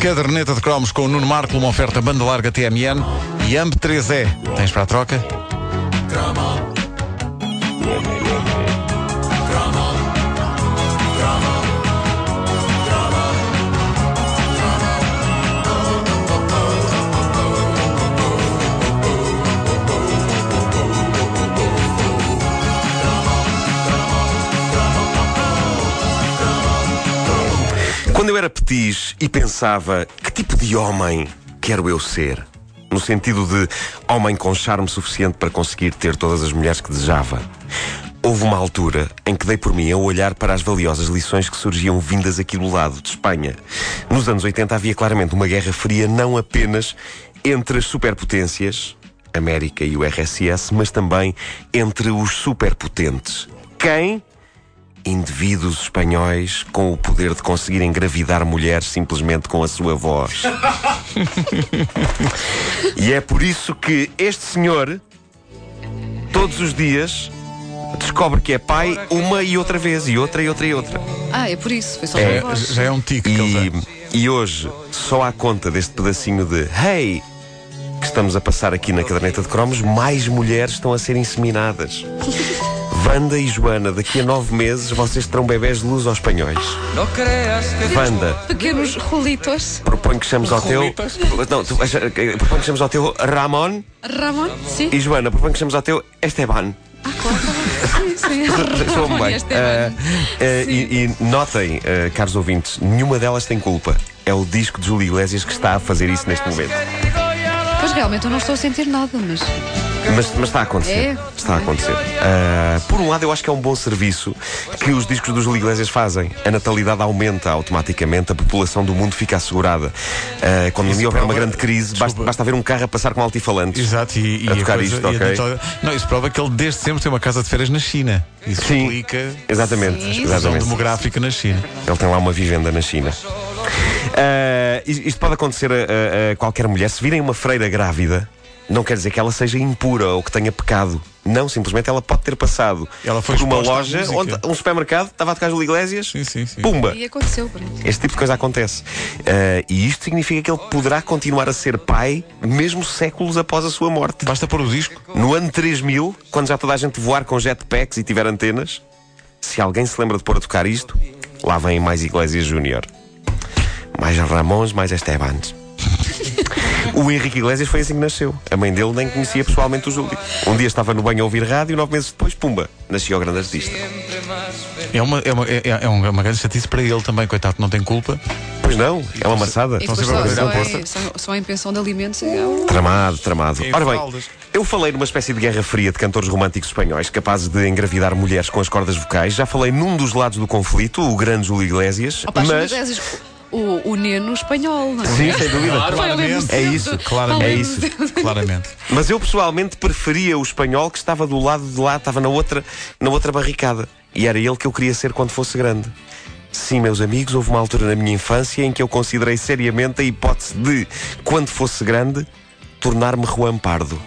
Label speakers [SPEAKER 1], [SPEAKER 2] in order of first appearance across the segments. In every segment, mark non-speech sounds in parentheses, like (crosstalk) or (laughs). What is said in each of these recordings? [SPEAKER 1] Caderneta de cromos com o Nuno Marco, uma oferta banda larga TMN e AMP3E. Tens para a troca?
[SPEAKER 2] Quando eu era petis e pensava que tipo de homem quero eu ser? No sentido de homem com charme suficiente para conseguir ter todas as mulheres que desejava. Houve uma altura em que dei por mim a olhar para as valiosas lições que surgiam vindas aqui do lado, de Espanha. Nos anos 80 havia claramente uma guerra fria não apenas entre as superpotências, América e o RSS, mas também entre os superpotentes. Quem indivíduos espanhóis com o poder de conseguir engravidar mulheres simplesmente com a sua voz. e é por isso que este senhor, todos os dias, descobre que é pai uma e outra vez, e outra e outra e outra.
[SPEAKER 3] Ah, é por isso. Foi só
[SPEAKER 1] É,
[SPEAKER 3] uma voz.
[SPEAKER 1] já é um tique que ele
[SPEAKER 2] E,
[SPEAKER 1] tem.
[SPEAKER 2] e hoje, só à conta deste pedacinho de Hey! que estamos a passar aqui na caderneta de cromos, mais mulheres estão a ser inseminadas. Wanda e Joana, daqui a nove meses vocês terão bebés de luz aos espanhóis. Wanda,
[SPEAKER 3] Pequenos rolitos.
[SPEAKER 2] proponho que
[SPEAKER 3] Um
[SPEAKER 2] chames ao teu. Não, tu, acha- que- proponho que chames ao teu Ramon
[SPEAKER 3] Ramon? Sim.
[SPEAKER 2] e Joana, proponho que chames ao teu
[SPEAKER 3] (laughs)
[SPEAKER 2] Esteban.
[SPEAKER 3] Ah, claro. Sim, sim.
[SPEAKER 2] (laughs) Soa-me
[SPEAKER 3] Ramon
[SPEAKER 2] bem.
[SPEAKER 3] e Esteban.
[SPEAKER 2] Ah, ah, e, e notem, ah, caros ouvintes, nenhuma delas tem culpa. É o disco de Júlio Iglesias que está a fazer isso neste momento.
[SPEAKER 3] Pois realmente eu não estou a sentir nada, mas.
[SPEAKER 2] Mas, mas está a acontecer.
[SPEAKER 3] É?
[SPEAKER 2] Está a acontecer. Ah, por um lado, eu acho que é um bom serviço que os discos dos Iglesias fazem. A natalidade aumenta automaticamente, a população do mundo fica assegurada. Ah, quando um dia houver uma
[SPEAKER 1] prova-
[SPEAKER 2] grande crise, basta,
[SPEAKER 1] Desculpa.
[SPEAKER 2] basta haver um carro a passar com altifalantes.
[SPEAKER 1] Exato, e, e
[SPEAKER 2] A tocar isto,
[SPEAKER 1] e a
[SPEAKER 2] ok.
[SPEAKER 1] dental- Não, isso prova que ele desde sempre tem uma casa de férias na China. Isso
[SPEAKER 2] Sim.
[SPEAKER 1] implica
[SPEAKER 2] Exatamente,
[SPEAKER 3] Sim, sim.
[SPEAKER 1] a visão
[SPEAKER 2] exatamente.
[SPEAKER 1] demográfica na China.
[SPEAKER 2] Ele tem lá uma vivenda na China. Ah, is- isto pode acontecer a, a- a qualquer mulher. Se virem uma freira grávida, não quer dizer que ela seja impura ou que tenha pecado. Não, simplesmente ela pode ter passado
[SPEAKER 1] Ela foi
[SPEAKER 2] por uma
[SPEAKER 1] exposta à
[SPEAKER 2] loja,
[SPEAKER 1] música.
[SPEAKER 2] onde, um supermercado, estava a tocar Júlio Iglesias,
[SPEAKER 1] Sim, sim, sim.
[SPEAKER 2] pumba!
[SPEAKER 3] E aconteceu, pronto.
[SPEAKER 2] Este tipo de coisa acontece. Ah, e isto significa que ele poderá continuar a ser pai mesmo séculos após a sua morte.
[SPEAKER 1] Basta pôr o disco.
[SPEAKER 2] No ano 3000, quando já toda a gente voar com jetpacks e tiver antenas, se alguém se lembra de pôr a tocar isto, lá vem mais Iglesias Júnior. Mais Ramons, mais Estebans. O Henrique Iglesias foi assim que nasceu. A mãe dele nem conhecia pessoalmente o Júlio. Um dia estava no banho a ouvir rádio e nove meses depois, pumba, nascia o grande artista.
[SPEAKER 1] É uma, é uma, é, é um- é uma grande chatice para ele também, coitado, não tem culpa.
[SPEAKER 2] Pois não, é uma amassada.
[SPEAKER 3] E
[SPEAKER 1] Então,
[SPEAKER 3] depois
[SPEAKER 1] se
[SPEAKER 3] só,
[SPEAKER 1] agora
[SPEAKER 3] só,
[SPEAKER 1] fizer
[SPEAKER 3] é, só, só em pensão de alimentos é o.
[SPEAKER 2] Tramado, tramado.
[SPEAKER 1] Em
[SPEAKER 2] Ora bem,
[SPEAKER 1] fraldas.
[SPEAKER 2] eu falei numa espécie de guerra fria de cantores românticos espanhóis capazes de engravidar mulheres com as cordas vocais. Já falei num dos lados do conflito, o grande Júlio Iglesias.
[SPEAKER 3] Opa,
[SPEAKER 2] mas...
[SPEAKER 3] mas... o, o neno espanhol, não é?
[SPEAKER 2] Sim, sem dúvida.
[SPEAKER 3] Vai ler-nos
[SPEAKER 1] claramente.
[SPEAKER 2] É
[SPEAKER 3] dentro-
[SPEAKER 2] isso,
[SPEAKER 1] claramente.
[SPEAKER 3] vai
[SPEAKER 2] É
[SPEAKER 3] ler-nos
[SPEAKER 2] isso.
[SPEAKER 3] dentro.
[SPEAKER 1] Claramente.
[SPEAKER 2] Mas eu pessoalmente preferia o espanhol que estava do lado de lá, estava na outra, na outra barricada. E era ele que eu queria ser quando fosse grande. Sim, meus amigos, houve uma altura na minha infância em que eu considerei seriamente a hipótese de, quando fosse grande, tornar-me Juan Pardo.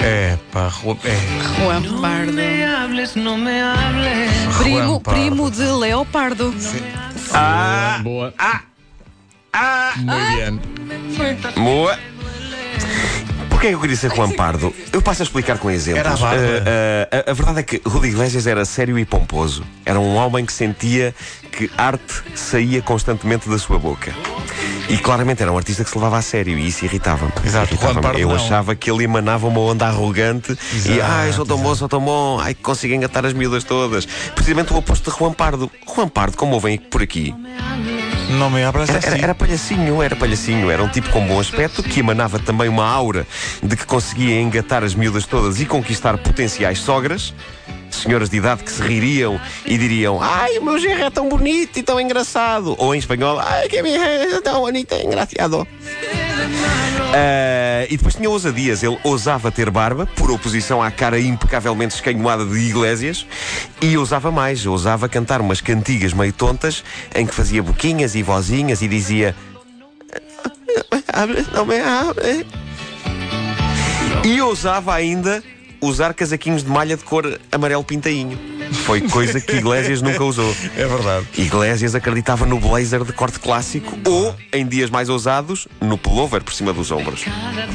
[SPEAKER 1] É, pá, Ru- é.
[SPEAKER 3] Juan Pardo.
[SPEAKER 4] me hables, no me hables.
[SPEAKER 1] Juan
[SPEAKER 3] Primo,
[SPEAKER 1] Pardo.
[SPEAKER 3] primo de Leopardo.
[SPEAKER 1] Boa. Ah! Ah! Muy bien.
[SPEAKER 2] Boa! Porquê é que eu queria ser Juan Pardo? Eu passo a explicar com exemplos.
[SPEAKER 1] Era a barba.
[SPEAKER 2] Ah, ah, a, a verdade é que Rudy Iglesias era sério e pomposo. Era um homem que sentia que arte saía constantemente da sua boca. E claramente era um artista que se levava a sério e isso irritava-me.
[SPEAKER 1] Exato, Juan
[SPEAKER 2] Irritava-me.
[SPEAKER 1] Pardo
[SPEAKER 2] eu
[SPEAKER 1] não.
[SPEAKER 2] achava que ele emanava uma onda arrogante
[SPEAKER 1] Exato,
[SPEAKER 2] e ai, sou tão bom,
[SPEAKER 1] exato.
[SPEAKER 2] sou tão bom, ai, que consigo engatar as miúdas todas. Precisamente o oposto de Juan Pardo. Juan Pardo, como ouvem por aqui,
[SPEAKER 1] Não me abras
[SPEAKER 2] era,
[SPEAKER 1] assim.
[SPEAKER 2] era palhacinho, era palhacinho. Era um tipo com bom aspecto que emanava também uma aura de que conseguia engatar as miúdas todas e conquistar potenciais sogras. Senhoras de idade que se ririam e diriam Ai, o meu genro é tão bonito e tão engraçado. Ou em espanhol Ai, que minha é tão bonita e engraçado. Ah, e depois tinha ousadias. Ele ousava ter barba, por oposição à cara impecavelmente escanhoada de Iglesias, e ousava mais. Ousava cantar umas cantigas meio tontas em que fazia boquinhas e vozinhas e dizia. "Abre, Não me abre. E ousava ainda usar casaquinhos de malha de cor amarelo pintainho. Foi coisa que Iglesias nunca usou.
[SPEAKER 1] É verdade.
[SPEAKER 2] Iglesias acreditava no blazer de corte clássico ou, em dias mais ousados, no pullover por cima dos ombros.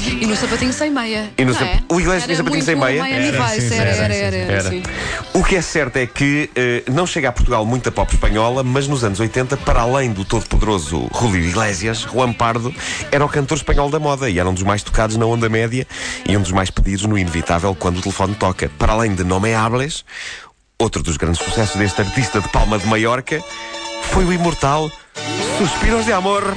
[SPEAKER 3] E no sapatinho sem meia.
[SPEAKER 2] E no
[SPEAKER 3] não
[SPEAKER 2] sap-
[SPEAKER 3] é?
[SPEAKER 2] O Iglesias tinha
[SPEAKER 3] Era
[SPEAKER 2] sapatinho
[SPEAKER 3] muito
[SPEAKER 2] sem meia?
[SPEAKER 3] Miami
[SPEAKER 1] Era,
[SPEAKER 3] Vice,
[SPEAKER 1] sim,
[SPEAKER 3] era,
[SPEAKER 1] sim,
[SPEAKER 3] era,
[SPEAKER 1] sim,
[SPEAKER 3] era,
[SPEAKER 1] sim,
[SPEAKER 3] era, sim.
[SPEAKER 2] O que é certo é que eh, não chega a Portugal muita pop espanhola, mas nos anos 80, para além do todo-poderoso Julio Iglesias, Juan Pardo era o cantor espanhol da moda e era um dos mais tocados na onda média e um dos mais pedidos no Inevitável quando o telefone toca. Para além de Nomeables, outro dos grandes sucessos deste artista de Palma de Maiorca foi o imortal Suspiros de Amor.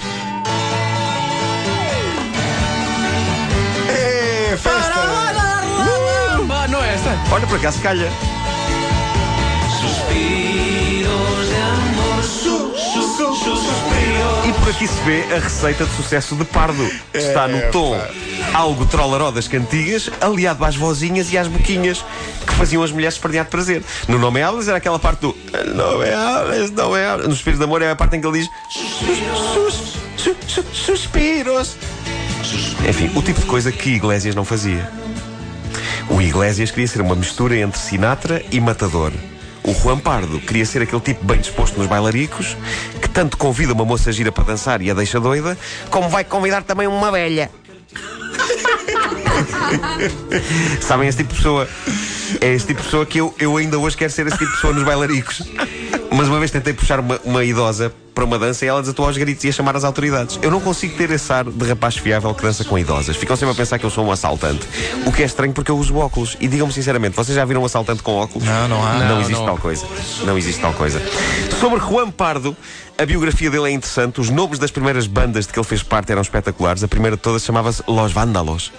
[SPEAKER 1] É festa!
[SPEAKER 5] não é esta?
[SPEAKER 2] Olha, por acaso calha. E por aqui se vê a receita de sucesso de Pardo. Está no tom algo trolaró das cantigas, aliado às vozinhas e às boquinhas que faziam as mulheres espardear de prazer. No Nome Aulas era aquela parte do Não é Aulas, não é Aulas. No Espírito de Amor é a parte em que ele diz "Sus- sus- su- su- Suspiros. Enfim, o tipo de coisa que Iglesias não fazia. O Iglesias queria ser uma mistura entre Sinatra e Matador. O Juan Pardo queria ser aquele tipo bem disposto nos bailaricos, que tanto convida uma moça gira para dançar e a deixa doida, como vai convidar também uma velha. Sabem esse tipo de pessoa? É esse tipo de pessoa que eu, eu ainda hoje quero ser esse tipo de pessoa nos bailaricos. Mas uma vez tentei puxar uma, uma idosa para uma dança e ela desatuou aos gritos e ia chamar as autoridades. Eu não consigo ter esse ar de rapaz fiável que dança com idosas. Ficam sempre a pensar que eu sou um assaltante. O que é estranho porque eu uso óculos. E digam-me sinceramente, vocês já viram um assaltante com óculos?
[SPEAKER 1] Não, não há.
[SPEAKER 2] Não,
[SPEAKER 5] Não,
[SPEAKER 2] existe
[SPEAKER 5] não.
[SPEAKER 2] tal coisa. Não existe tal coisa. Sobre Juan Pardo, a biografia dele é interessante. Os nomes das primeiras bandas de que ele fez parte eram espetaculares. A primeira de todas chamava-se Los Vándalos.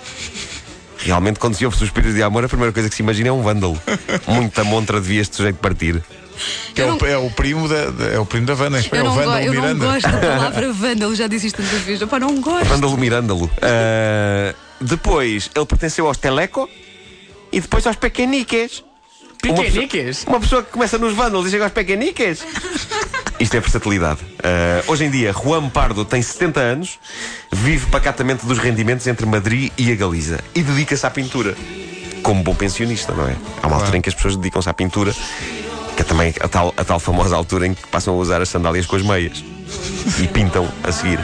[SPEAKER 2] Realmente, quando se ouve suspiros de amor, a primeira coisa que se imagina é um vândalo. Muita montra devia este sujeito partir.
[SPEAKER 1] Que é, o, é o primo da, da- é o primo da Wanda, em Espanha,
[SPEAKER 3] Eu
[SPEAKER 1] é o
[SPEAKER 3] não, go-
[SPEAKER 1] Wanda
[SPEAKER 3] eu não
[SPEAKER 1] Miranda.
[SPEAKER 3] gosto
[SPEAKER 1] (laughs)
[SPEAKER 3] da palavra vândalo, já disse isto tantas vezes. Opa, não gosto.
[SPEAKER 2] Vândalo Mirândalo. Ah, depois, ele pertenceu aos Teleco e depois aos Pequeniques. Uma pessoa-
[SPEAKER 5] Pequeniques?
[SPEAKER 2] Uma pessoa que começa nos vândalos e chega aos pequeniques. Isto é versatilidade. Ah, hoje em dia, Juan Pardo tem 70 anos, vive pacatamente dos rendimentos entre Madrid e a Galiza e dedica-se à pintura. Como bom pensionista, não é? Há uma altura em que as pessoas dedicam-se à pintura, que é também a tal, a tal famosa altura em que passam a usar as sandálias com as meias e pintam a seguir.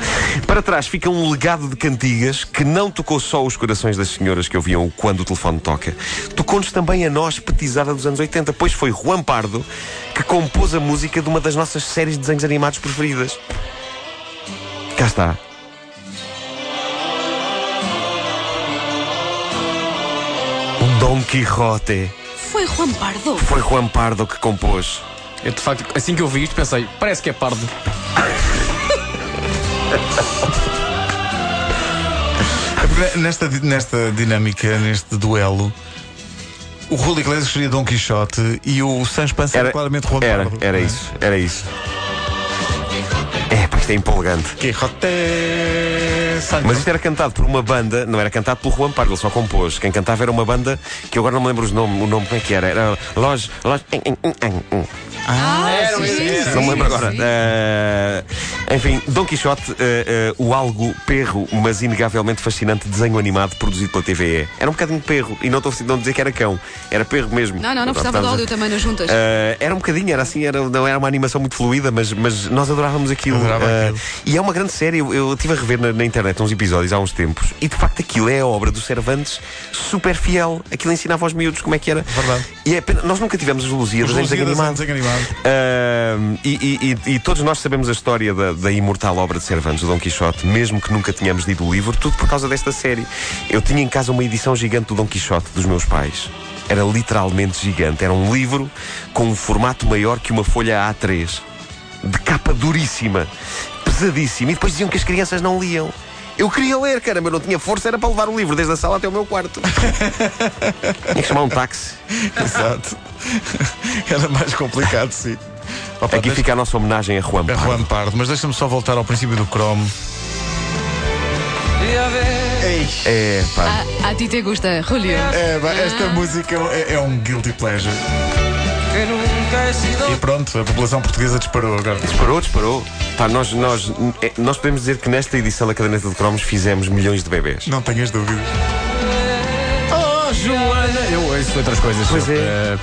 [SPEAKER 2] Para trás fica um legado de cantigas que não tocou só os corações das senhoras que ouviam o quando o telefone toca. Tocou-nos também a nós, petizada dos anos 80, pois foi Juan Pardo que compôs a música de uma das nossas séries de desenhos animados preferidas. Cá está. O Dom Um Quixote
[SPEAKER 3] Foi Juan Pardo.
[SPEAKER 2] foi Juan Pardo que compôs.
[SPEAKER 5] Eu, de facto, assim que eu vi isto, pensei, parece que é pardo.
[SPEAKER 1] É Nesta, di- nesta dinâmica, neste duelo, o Julio Iglesias seria Dom Quixote e o Sancho Panza era claramente Juan
[SPEAKER 2] era,
[SPEAKER 1] Pardo.
[SPEAKER 2] era isso, era isso. É, pá, isto é empolgante.
[SPEAKER 1] Quixote Sancho.
[SPEAKER 2] Mas isto era cantado por uma banda, não era cantado pelo Juan Pardo, ele só compôs. Quem cantava era uma banda que eu agora não me lembro os nome, o nome como é que era. Era Los. Los.
[SPEAKER 3] Ah, sim, sim,
[SPEAKER 2] Não me lembro agora.
[SPEAKER 3] sim.
[SPEAKER 2] Eh, enfim, Dom Quixote, eh, eh, o algo perro, mas inegavelmente fascinante desenho animado produzido pela TVE. Era um bocadinho perro, e não estou a dizer que era cão, era perro mesmo.
[SPEAKER 3] Não, não, não precisava de
[SPEAKER 2] Estamos a-
[SPEAKER 3] áudio também nas juntas.
[SPEAKER 1] É.
[SPEAKER 2] Uh, era um bocadinho, era assim, era, não era uma animação muito fluida, mas, mas nós adorávamos aquilo.
[SPEAKER 1] Adorava
[SPEAKER 2] Uh,
[SPEAKER 1] aquilo.
[SPEAKER 2] E é uma grande série. Eu, eu estive a rever na, na internet uns episódios há uns tempos e de facto aquilo é a obra do Cervantes super fiel. Aquilo ensinava aos miúdos como é que era.
[SPEAKER 1] Verdade.
[SPEAKER 2] E é pena- nós nunca tivemos os Lusíadas
[SPEAKER 1] Os
[SPEAKER 2] em desenho
[SPEAKER 1] Lusíadas em
[SPEAKER 2] animado.
[SPEAKER 1] desenho animado.
[SPEAKER 2] (laughs) Ahm, e, e- e- e todos nós sabemos a história da, da imortal obra de Cervantes, do Dom Quixote, mesmo que nunca tenhamos lido o livro, tudo por causa desta série. Eu tinha em casa uma edição gigante do Dom Quixote dos meus pais. Era literalmente gigante. Era um livro com um formato maior que uma folha A3, de capa duríssima, pesadíssima. E depois diziam que as crianças não liam. Eu queria ler, caramba, eu não tinha força, era para levar o livro desde a sala até o meu (laughs) quarto. tinha que chamar um táxi.
[SPEAKER 1] Exato. (laughs) Era mais complicado, sim. Opa,
[SPEAKER 2] Aqui
[SPEAKER 1] deixa-
[SPEAKER 2] É fica a nossa homenagem a Juan
[SPEAKER 1] É
[SPEAKER 2] Pardo.
[SPEAKER 1] Juan Pardo, mas deixa-me só voltar ao princípio do Chrome.
[SPEAKER 2] É, pá.
[SPEAKER 3] A, a ti te gusta, Julio.
[SPEAKER 1] É, pá,
[SPEAKER 3] Ah.
[SPEAKER 1] esta música é, é um guilty pleasure. E pronto, a população portuguesa disparou agora.
[SPEAKER 2] Disparou, disparou. Pá, nós, nós, eh, nós podemos dizer que nesta edição da caderneta de cromos fizemos milhões de bebês.
[SPEAKER 1] Não tenhas dúvidas.
[SPEAKER 5] Oh, Joana! Eu ouço outras coisas.
[SPEAKER 2] Pois é.
[SPEAKER 5] Eh,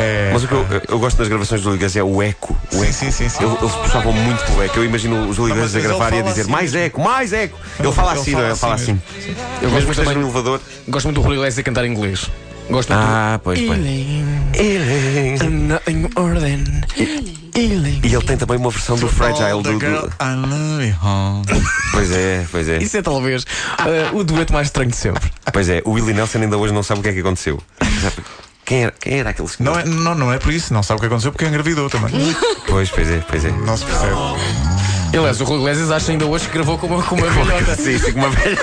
[SPEAKER 1] É,
[SPEAKER 2] Mas o que eu, eu gosto das gravações do Júlio Iglesias é o eco. O
[SPEAKER 1] Sim,
[SPEAKER 2] eco.
[SPEAKER 1] sim, sim, sim.
[SPEAKER 2] Eu- Eles puxavam muito pelo eco. Eu imagino o Júlio
[SPEAKER 1] Não, mas- mas
[SPEAKER 2] Iglesias a
[SPEAKER 1] ele
[SPEAKER 2] gravar e a
[SPEAKER 1] fala
[SPEAKER 2] dizer
[SPEAKER 1] assim
[SPEAKER 2] mais eco, mais eco. Ele fala
[SPEAKER 1] ele
[SPEAKER 2] assim,
[SPEAKER 1] fala
[SPEAKER 2] não é? Ele fala
[SPEAKER 1] assim
[SPEAKER 2] assim.
[SPEAKER 5] Eu
[SPEAKER 2] Mesmo
[SPEAKER 5] gosto
[SPEAKER 2] que esteja no
[SPEAKER 5] também.
[SPEAKER 2] elevador.
[SPEAKER 5] Gosto muito do Rui Iglesias a cantar em inglês. Gosto muito.
[SPEAKER 2] Ah, pois, pois. Ele- é
[SPEAKER 5] Anda em ordem. Healing.
[SPEAKER 2] E ele tem também uma versão do Fragile
[SPEAKER 1] All the
[SPEAKER 2] do.
[SPEAKER 1] girl
[SPEAKER 2] do...
[SPEAKER 1] I love you, home.
[SPEAKER 2] Pois é, pois é.
[SPEAKER 5] Isso é talvez eh, o dueto mais estranho de sempre.
[SPEAKER 2] Pois é, o Willie Nelson ainda hoje não sabe o que é que (laughs) aconteceu. Quem era, quem era aquele senhor?
[SPEAKER 1] Não é, não, não é por isso, não sabe o que aconteceu porque engravidou também.
[SPEAKER 2] Pois, pois é, pois é.
[SPEAKER 1] Não se percebe.
[SPEAKER 5] Aliás, o Rui Iglesias acha ainda hoje que gravou com uma, com uma velhota.
[SPEAKER 2] Sim, sim, com uma velha.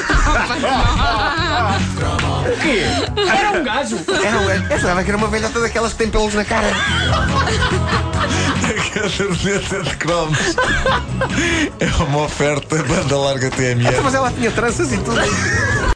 [SPEAKER 5] Era um gajo!
[SPEAKER 2] Era, um- eu jurava que era uma velhota daquelas que tem pelos na cara.
[SPEAKER 1] (laughs) Cada bilhete de cromos é uma oferta banda larga TMR.
[SPEAKER 2] Mas ela tinha tranças e tudo.